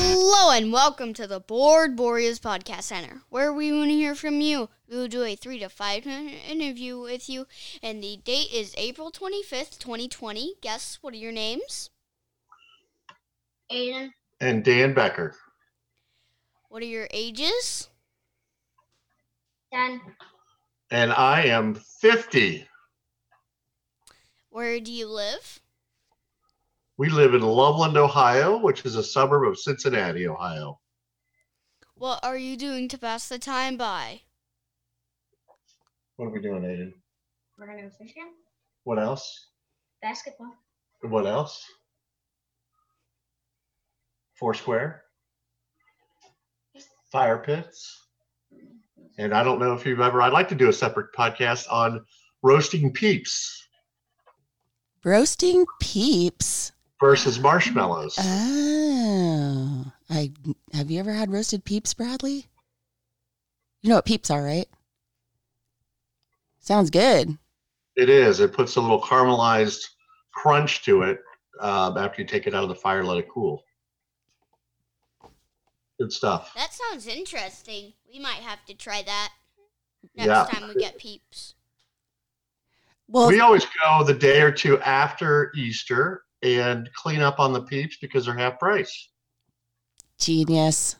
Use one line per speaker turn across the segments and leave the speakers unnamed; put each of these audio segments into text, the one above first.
and welcome to the Board Boreas Podcast Center, where we want to hear from you. We will do a three to five minute interview with you, and the date is April 25th, 2020. Guess what are your names?
Aiden,
And Dan Becker.
What are your ages?
10,
And I am 50.
Where do you live?
We live in Loveland, Ohio, which is a suburb of Cincinnati, Ohio.
What are you doing to pass the time by?
What are we doing, Aiden?
we're going to go fishing,
What else?
basketball,
What else? Foursquare, fire pits. And I don't know if you've ever, I'd like to do a separate podcast on roasting peeps
Roasting peeps.
versus marshmallows.
Uh, Oh, I have you ever had roasted peeps, Bradley? You know what peeps are, right? Sounds good.
It is. It puts a little caramelized crunch to it um, after you take it out of the fire, let it cool. Good stuff.
That sounds interesting. We might have to try that next
Yeah.
time we get peeps.
Well,
we always go the day or two after Easter and clean up on the peeps because they're half price.
genius.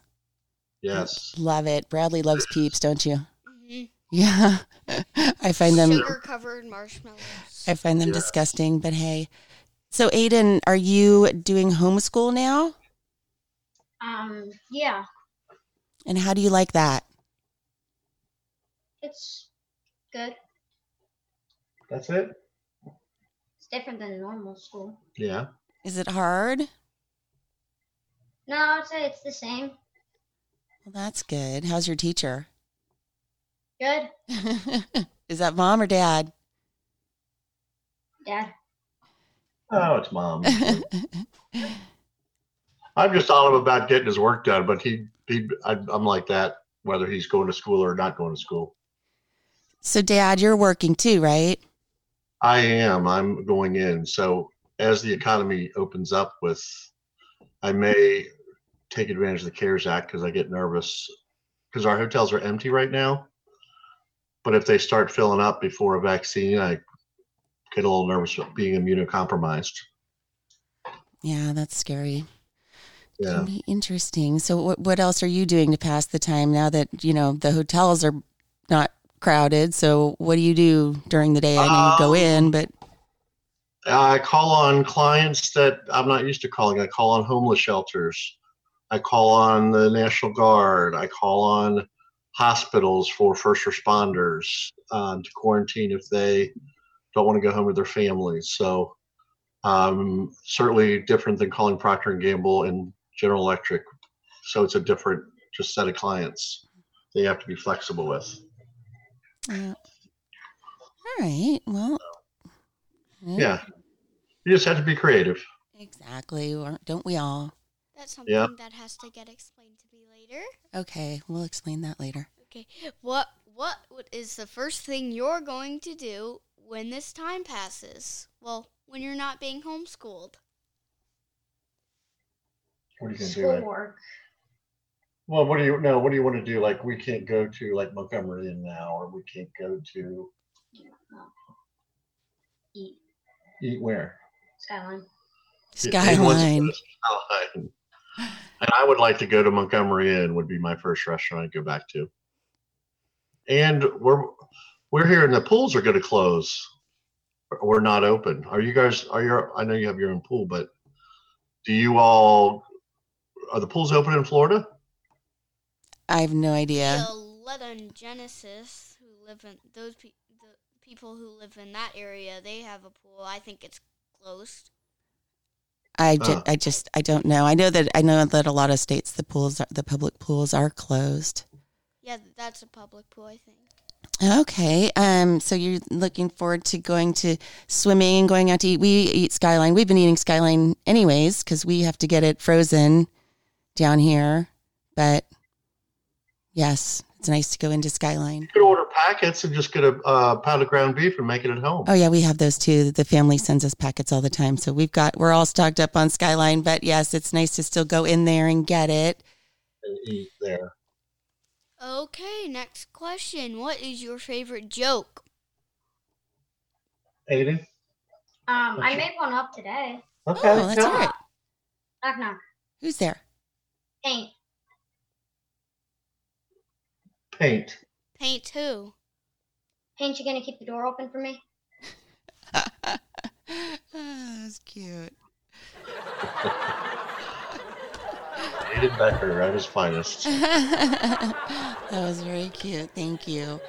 Yes.
Love it. Bradley loves peeps, don't you?
hmm
Yeah. I find them
Sugar covered marshmallows.
I find them
Yeah.
disgusting, but hey. So Aiden, are you doing homeschool now?
um, yeah,
And how do you like that?
it's good,
That's it?
it's different than normal school.
Yeah.
Is it hard?
No, I'd say it's the same,
Well, that's good. How's your teacher?
good,
Is that mom or dad?
dad,
Oh, it's mom. I'm just all about getting his work done, but he, he I, I'm like that, whether he's going to school or not going to school.
so, dad, you're working too, right?
I am. I'm going in. So as the economy opens up with, I may take advantage of the CARES Act because I get nervous because our hotels are empty right now. But if they start filling up before a vaccine, I get a little nervous about being immunocompromised.
Yeah, that's scary.
Yeah.
Can be interesting. So, what what else are you doing to pass the time now that you know the hotels are not crowded? So, what do you do during the day? I know you go
Um,
in, but
I call on clients that I'm not used to calling. I call on homeless shelters. I call on the National Guard. I call on hospitals for first responders um, to quarantine if they don't want to go home with their families. So um, certainly different than calling Procter and Gamble and General Electric. So it's a different just set of clients. They have to be flexible with.
yeah. all right. Well,
Yeah, you just have to be creative.
exactly. Aren't- Don't we all?
That's something
Yeah.
that has to get explained to me later.
Okay, we'll explain that later.
Okay. What what would- is the first thing you're going to do when this time passes? Well, when you're not being homeschooled.
What are you
schoolwork,
Well, what do you no? What do you want to do? Like, we can't go to like Montgomery in now, or we can't go to
eat, Um,
eat where?
skyline,
Anyone wants to go
Skyline.
to Skyline. And I would like to go to Montgomery Inn. Would be my first restaurant I'd go back to. And we're we're here, and the pools are going to close. We're not open. Are you guys? Are your? I know you have your own pool, but do you all? Are the pools open in Florida?
I have no idea.
The Leaden Genesis, who live in those pe- the people who live in that area, they have a pool. I think it's closed.
I, ju-
Huh.
I just I don't know. I know that I know that a lot of states the pools are, the public pools are closed.
Yeah, th- that's a public pool, I think.
Okay. Um so you're looking forward to going to swimming and going out to eat. We eat Skyline. We've been eating Skyline anyways cuz we have to get it frozen down here. But yes, it's nice to go into Skyline.
You could order packets and just get a uh, pound of ground beef and make it at home.
Oh yeah, we have those too. The family sends us packets all the time. So we've got we're all stocked up on Skyline, but yes, it's nice to still go in there and get it.
and eat there.
Okay, next question. What is your favorite joke?
Aiden?
Um, I
Okay.
made one up today.
Okay.
Oh, let's
yeah.
hear it.
Knock knock.
Who's there?
Paint.
Paint.
Paint who?
Paint, you gonna keep the door open for me?
Oh, that's cute.
Aiden Becker at his finest.
that was very cute. Thank you.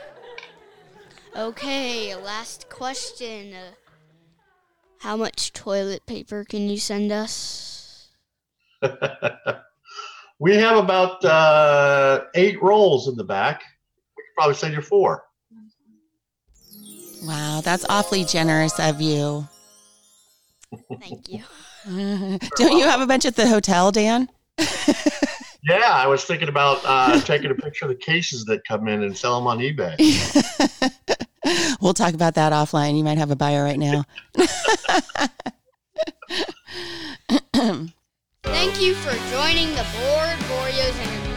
Okay, last question. Uh, how much toilet paper can you send us?
we have about uh, eight rolls in the back. We could probably send you four.
Wow, that's awfully generous of you.
Thank you.
Don't you have a bunch at the hotel, Dan?
Yeah, I was thinking about uh, taking a picture of the cases that come in and sell them on eBay.
we'll talk about that offline. You might have a buyer right now.
Thank you for joining the Board Boreos interview.